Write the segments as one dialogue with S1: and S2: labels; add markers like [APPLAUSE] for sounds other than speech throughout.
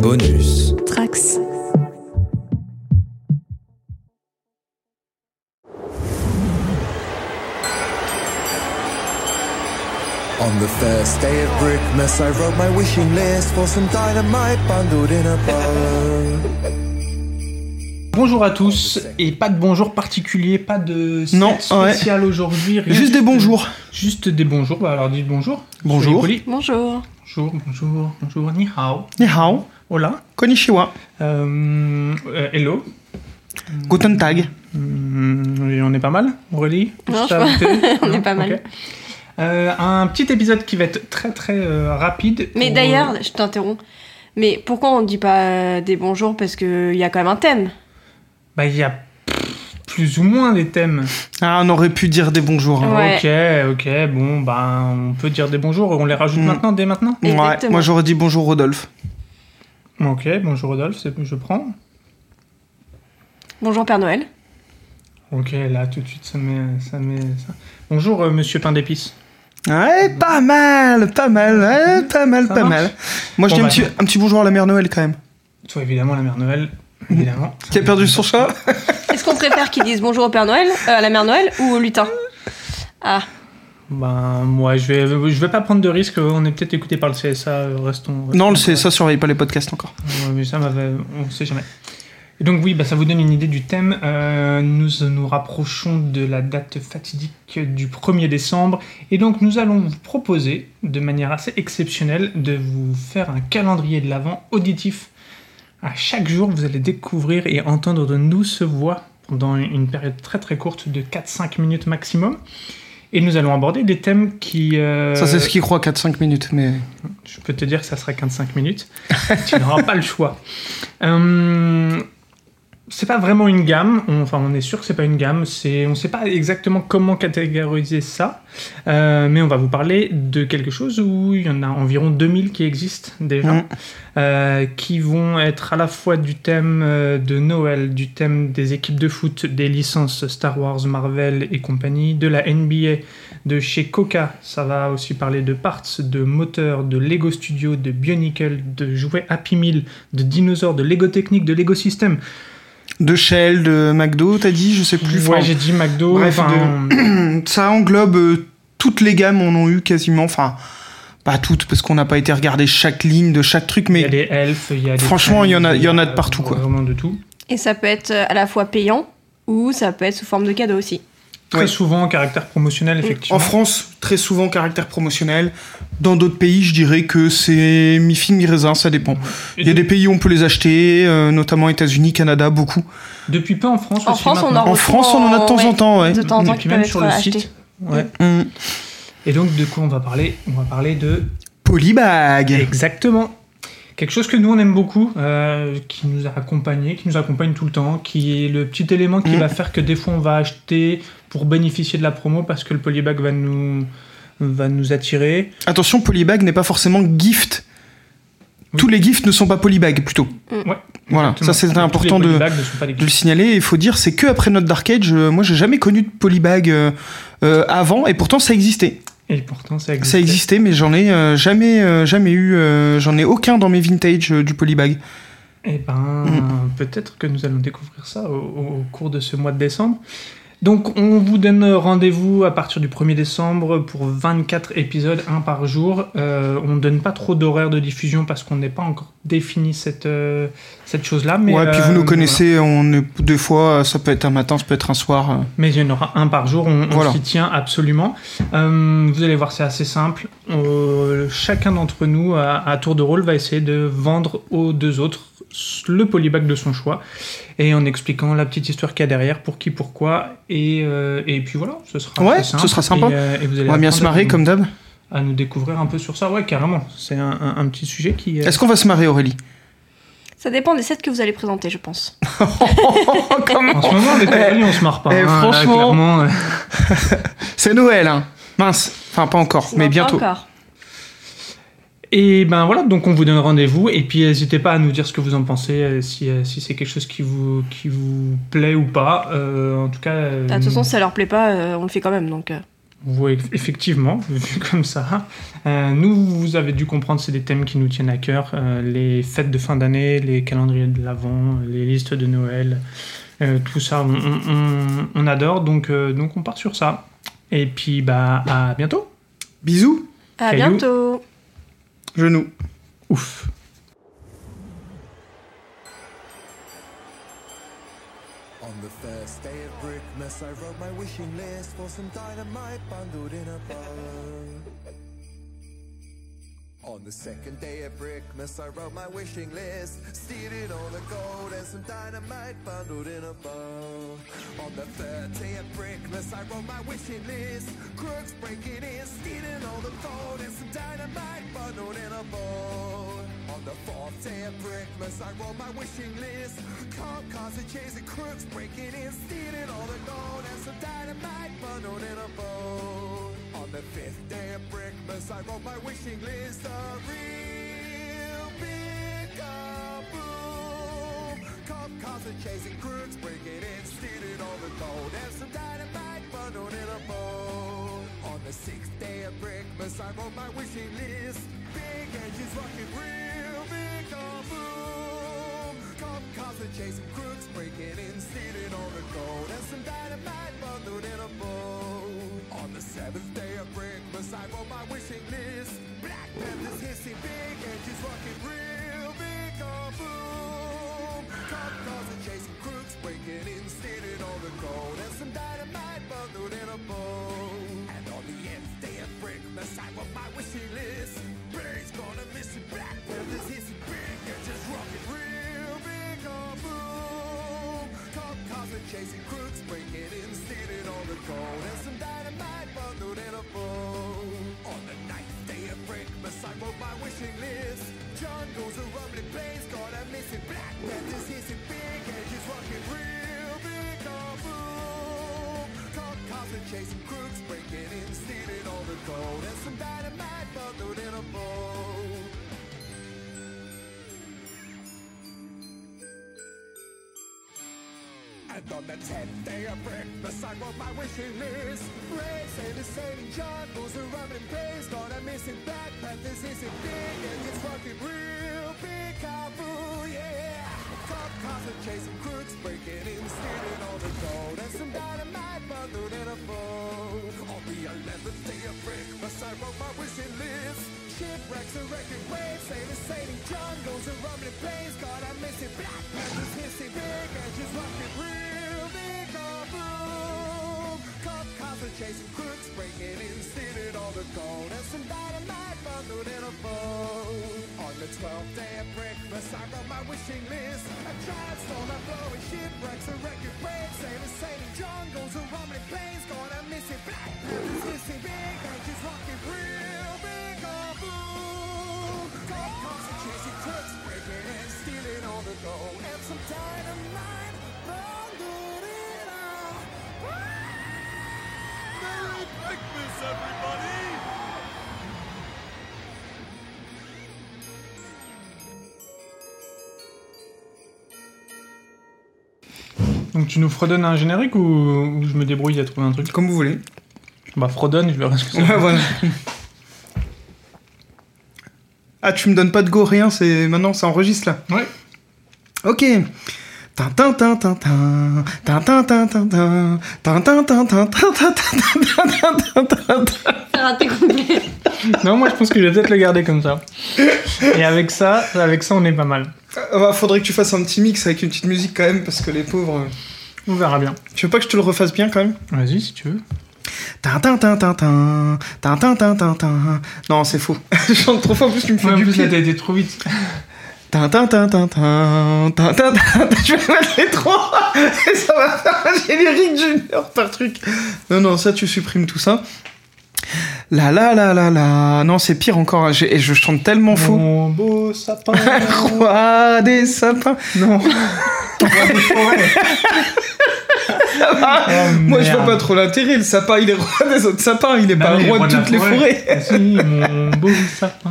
S1: Bonus.
S2: Trax.
S3: On the first day of Brickmas, I wrote my wishing list for some dynamite bundled in a bow.
S4: Bonjour à tous, et pas de bonjour particulier, pas de set
S5: Non, ouais.
S4: spécial aujourd'hui. rien du
S5: Juste des
S4: tout.
S5: bonjours.
S4: Juste des bonjours, bah alors dites bonjour.
S5: Bonjour.
S4: Soyez polis.
S2: Bonjour.
S4: Bonjour, bonjour, bonjour, ni hao.
S5: Ni hao,
S4: Hola.
S5: konnichiwa,
S4: Euh, euh, hello.
S5: guten tag.
S4: Hum, et on est pas mal, Aurélie
S2: Non,
S4: Tu t'as
S2: je
S4: noté
S2: [LAUGHS] On
S4: Non
S2: est pas mal.
S4: Ok. Euh, un petit épisode qui va être très très euh, rapide.
S2: Mais
S4: pour,
S2: d'ailleurs,
S4: euh,
S2: je t'interromps. Mais pourquoi on dit pas euh, des bonjours Parce qu'il y a quand même un thème.
S4: bah, il y a pff, plus ou moins des thèmes.
S5: Ah, on aurait pu dire des bonjours. hein.
S2: Ouais.
S4: Ok, ok, bon, bah, on peut dire des bonjours, on les rajoute
S5: Mm.
S4: maintenant, dès maintenant.
S5: Ouais,
S2: Exactement.
S5: moi j'aurais dit bonjour Rodolphe.
S4: Ok, bonjour Rodolphe, c'est- je prends.
S2: Bonjour Père Noël.
S4: Ok, là tout de suite ça met ça met ça. Bonjour euh, Monsieur Pain d'épices.
S5: Ouais, Eh, pas mal, pas mal, ouais, pas mal,
S4: Ça
S5: pas
S4: marche.
S5: mal. Moi je
S4: Bon,
S5: dis un,
S4: bah,
S5: petit, un petit bonjour à la mère Noël quand même.
S4: Toi évidemment la mère Noël,
S5: [LAUGHS]
S4: évidemment.
S5: Qui a perdu son chat
S2: Est-ce qu'on préfère qu'ils disent bonjour au Père Noël, euh, à la Mère Noël ou au lutin Ah,
S4: Ben moi je vais je vais pas prendre de risque. On est peut-être écouté par le CSA. euh, Restons.
S5: Non, le
S4: restons-
S5: CSA surveille pas les podcasts encore.
S4: Ouais, mais ça m'avait- on sait jamais. Et donc oui, bah, ça vous donne une idée du thème. Euh, nous nous rapprochons de la date fatidique du 1er décembre. Et donc nous allons vous proposer, de manière assez exceptionnelle, de vous faire un calendrier de l'Avent auditif. À chaque jour, vous allez découvrir et entendre de nous se voix pendant une période très très courte de 4-5 minutes maximum. Et nous allons aborder des thèmes qui... euh,
S5: Ça c'est ce qu'il croit, 4-5 minutes, mais...
S4: je peux te dire que ça sera 15-5 minutes. tu n'auras pas le choix. Euh, c'est pas vraiment une gamme. On- enfin, on est sûr que c'est pas une gamme. C'est, on sait pas exactement comment catégoriser ça. Euh, mais on va vous parler de quelque chose où il y en a environ 2000 qui existent déjà.
S5: Mm.
S4: euh, qui vont être à la fois du thème euh, de Noël, du thème des équipes de foot, des licences Star Wars, Marvel et compagnie, de la NBA, de chez Coca, ça va aussi parler de parts, de moteurs, de Lego Studio, de Bionicle, de jouets Happy Meal, de dinosaures, de Lego Technique, de Lego System.
S5: De Shell, de McDo, t'as dit, je sais plus.
S4: ouais,
S5: Enfin,
S4: j'ai dit McDo.
S5: Bref,
S4: enfin,
S5: ça englobe euh, toutes les gammes, on en a eu quasiment, enfin... Pas toutes, parce qu'on n'a pas été regarder chaque ligne de chaque truc,
S4: Il y
S5: mais
S4: a des elfes, il y a des
S5: Franchement, il y en a-
S4: trolls,
S5: il y en a de partout, quoi.
S4: Vraiment de tout.
S2: et ça peut être euh, à la fois payant ou ça peut être sous forme de cadeau aussi.
S4: Très
S5: Ouais.
S4: souvent, en caractère promotionnel, effectivement.
S5: En France, très souvent caractère promotionnel. Dans d'autres pays, je dirais que c'est mi-fing raisin, ça dépend.
S4: Et
S5: Il y a
S4: de-
S5: des pays où on peut les acheter, euh, notamment États-Unis, Canada, beaucoup.
S4: Depuis peu en France
S2: En
S4: aussi,
S2: France, on
S4: maintenant.
S2: en
S5: En France, on en a de temps en temps, ouais.
S2: De temps en temps,
S4: Et
S2: qui
S4: puis
S2: peuvent
S4: même sur
S2: être
S4: le
S2: achetés.
S4: site. Ouais.
S5: Mm.
S4: Et donc, de quoi on va parler On va parler de
S5: Polybag.
S4: Exactement. Quelque chose que nous on aime beaucoup, euh, qui nous a accompagnés, qui nous accompagne tout le temps, qui est le petit élément qui
S5: Mm.
S4: va faire que des fois on va acheter pour bénéficier de la promo parce que le polybag va nous va nous attirer.
S5: Attention, polybag n'est pas forcément gift.
S4: Oui.
S5: Tous les gifts ne sont pas polybag, plutôt.
S2: Mm.
S4: Ouais.
S5: Voilà, ça
S4: Tous
S5: c'est
S4: les
S5: important de,
S4: polybags ne sont pas des
S5: de le
S4: gifts.
S5: signaler. Il faut dire, c'est que après notre Dark Age, euh, moi j'ai jamais connu de polybag euh, euh, avant, et pourtant ça existait.
S4: Et pourtant ça existe.
S5: Ça existait, mais j'en ai euh, jamais, euh, jamais eu, euh, j'en ai aucun dans mes vintage euh, du polybag.
S4: Eh ben,
S5: Mm.
S4: peut-être que nous allons découvrir ça au, au cours de ce mois de décembre. Donc, on vous donne rendez-vous à partir du 1er décembre pour 24 épisodes, un par jour. Euh, on ne donne pas trop d'horaire de diffusion parce qu'on n'est pas encore défini cette, euh, cette chose-là. Mais,
S5: ouais, puis
S4: euh,
S5: vous nous
S4: voilà.
S5: connaissez, on est, des fois, ça peut être un matin, ça peut être un soir. euh.
S4: Mais il y en aura un par jour, on, on
S5: Voilà.
S4: s'y tient absolument. Euh, vous allez voir, c'est assez simple. Euh, chacun d'entre nous, à, à tour de rôle, va essayer de vendre aux deux autres le polybag de son choix et en expliquant la petite histoire qu'il y a derrière, pour qui, pourquoi. Et, euh, et puis voilà, ce sera
S5: Ouais,
S4: assez simple.
S5: ce sera sympa.
S4: Et, euh, et vous allez
S5: On va bien
S4: apprendre
S5: se
S4: à
S5: marrer
S4: nous-
S5: comme d'hab.
S4: à nous découvrir un peu sur ça. Ouais, carrément. C'est un, un- un petit sujet qui. euh,
S5: Est-ce qu'on va se marrer, Aurélie
S2: Ça dépend des sets que vous allez présenter, je pense.
S4: En ce moment, avec Aurélie, on se marre pas.
S5: Eh,
S4: hein, là,
S5: franchement.
S4: clairement, euh.
S5: C'est Noël, hein Mince. Enfin, pas encore, mais
S2: Non, pas
S5: bientôt.
S2: encore.
S4: Et ben voilà, donc on vous donne rendez-vous et puis n'hésitez pas à nous dire ce que vous en pensez, euh, si, euh, si c'est quelque chose qui vous, qui vous plaît ou pas. Euh, en tout cas, euh,
S2: Bah,
S5: Hmm.
S2: De toute façon, si ça leur plaît pas, euh, on le fait quand même. Donc, euh,
S4: Oui, effectivement, [LAUGHS] vu comme ça. Euh, nous, vous avez dû comprendre, c'est des thèmes qui nous tiennent à cœur. Euh, les fêtes de fin d'année, les calendriers de l'Avent, les listes de Noël, euh, tout ça, on, on- on adore. Donc, euh, donc on part sur ça. Et puis, bah, à bientôt.
S5: Bisous,
S2: À
S4: Caillou.
S2: bientôt.
S5: genoux.
S4: Ouf.
S3: On the first day of Brickmas, I wrote my wishing list for some dynamite bundled in a bow. On the second day of Brickmas, I wrote my wishing list, stealing all the gold and some dynamite bundled in a bow. On the third day of Brickmas, I wrote my wishing list, crooks breaking in, stealing all the gold and some dynamite bundled in a bow. On the fourth day of Brickmas, I wrote my wishing list, cop cars are chasing crooks breaking in, stealing all the gold and some dynamite bundled in a bow. On the fifth day of Brickmas, I wrote my wishing list a real big kaboom. Cop cars are chasing crooks, breaking in, stealing all the gold. There's some dynamite bundled in a bowl. On the sixth day of Brickmas, I wrote my wishing list. Big engines rocking real big kaboom. Cop cars are chasing crooks, breaking in, stealing all the gold. There's some dynamite bundled in a bowl. On the seventh day of breakfast, I wrote my wishing list. Black Panthers hissing big engines rocking real big kaboom. Cop cars are chasing crooks, breaking in, stealing all the gold. And some dynamite bundled in a bowl. And on the nth day of breakfast, I wrote my wishing list. Birds gonna miss it. Black Panthers hissing big engines rocking real big kaboom. Cop cars are chasing crooks, breaking in, stealing all the gold. And some dynamite bundled in a bowl. On the ninth day of breakfast, I wrote my wishing list. Jungles are rumbling, plains gone, I'm missing. Black Panthers hissing big, edges rocking real big kaboom. Cop cars are chasing crooks, breaking in, stealing all the gold. And some dynamite bundled in a bowl. And on the tenth day of breakfast, I wrote my wishing list. Red sailors sailing jungles and rumbling plains. Lord, I'm missing Black Panthers. Is it big and it's fucking real? Big kaboom, yeah. Cop cars are chasing crooks, breaking in, stealing all the gold. And some dynamite bundled in a bowl. On the eleventh day of breakfast, I wrote my wishing list. Shipwrecks and wrecking waves, sailors sailing jungles and rumbling plains. God, I'm missing Black Panthers. Hissing big and just rocking real big kaboom. Cop cars are chasing crooks, breaking in, stealing all the gold. And some dynamite bundled in a bowl. On the 12th day of breakfast, I wrote my wishing list. A giant storm, a blowing shipwrecks, a record break. Sailors sailing jungles, a rumbling plains. God, I'm missing Black Panthers. Hissing big and just rocking real big kaboom. Cop cars are chasing crooks, breaking in, stealing all the gold. And some dynamite bundled in a Merry Christmas, everybody!
S4: Donc tu nous fredonnes un générique ou, ou je me débrouille à trouver un truc
S5: Comme vous voulez.
S4: Bah fredonne, je verrai ce que c'est.
S5: [LAUGHS] Ouais, voilà. Ah, tu me donnes pas de go, rien, c'est maintenant ça enregistre là.
S4: Ouais.
S5: Ok. Tintin, tintin, tintin, tintin, tintin, tintin, tintin, tintin, tintin, tintin, tintin, tintin.
S2: C'est raté complet.
S4: [LAUGHS] Non, moi je pense que je vais peut-être le garder comme ça. Et avec ça, avec ça on est pas mal.
S5: Ah, bah, faudrait que tu fasses un petit mix avec une petite musique quand même, parce que les pauvres. euh,
S4: On verra bien.
S5: Tu veux pas que je te le refasse bien quand même
S4: Vas-y si tu veux.
S5: Tintin, tintin, tintin, tintin, tintin, tintin. Non, c'est faux. [LAUGHS] je chante trop fort, en plus tu me fais
S4: en
S5: du
S4: plus là
S5: pied.
S4: t'as été trop vite.
S5: Tintin, tintin, tintin, tintin, tintin, [LAUGHS] je vais mettre les trois [LAUGHS] et ça va faire un générique junior par truc. Non, non, ça, tu supprimes tout ça. La la la la la. Non, c'est pire encore, hein, j'ai- et je chante tellement faux.
S4: Mon beau sapin. [LAUGHS]
S5: Roi des sapins. [LAUGHS]
S4: non. Oh,
S5: Moi, je vois
S4: merde. Bah
S5: pas trop l'intérêt. Le sapin, il est roi des autres sapins, il est
S4: Non,
S5: pas
S4: mais
S5: le roi de
S4: la
S5: toutes les
S4: forêt.
S5: forêts.
S4: Ah, Si, mon beau sapin.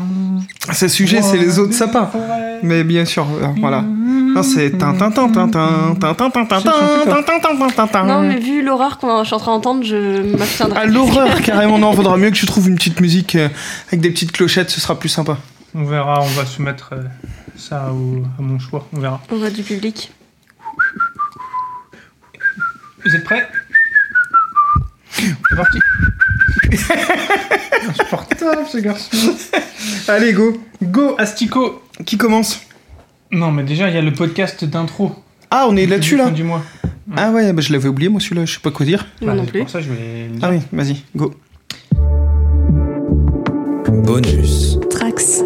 S5: Ce sujet,
S4: Roi
S5: c'est les autres
S4: des
S5: sapins.
S4: forêts.
S5: Mais bien sûr, euh, voilà. Non, c'est Tintin, Tintin, Tintin, Tintin, Tintin, Tintin, Tintin, Tintin.
S2: Non, mais vu l'horreur qu'on je suis en train d'entendre, je m'abstiendrai.
S5: À Ah, l'horreur, carrément. Non, vaudra mieux que tu trouves une petite musique euh, avec des petites clochettes, ce sera plus sympa.
S4: On verra, on va se mettre euh, ça au- à mon choix, on verra.
S2: On voit du public.
S4: Vous êtes prêts C'est parti. [LAUGHS] Insupportable ce garçon.
S5: Allez, go.
S4: Go Astico
S5: Qui commence
S4: Non, mais déjà, il y a le podcast d'intro.
S5: Ah, on est là-dessus, là
S4: Du mois.
S5: Ah ouais, bah, je l'avais oublié, moi, celui-là, je sais pas quoi dire.
S2: Moi
S4: Bah,
S2: non
S4: c'est
S2: plus.
S4: Pour ça, je vais le dire.
S5: Ah oui, vas-y, go.
S1: Bonus.
S6: Trax.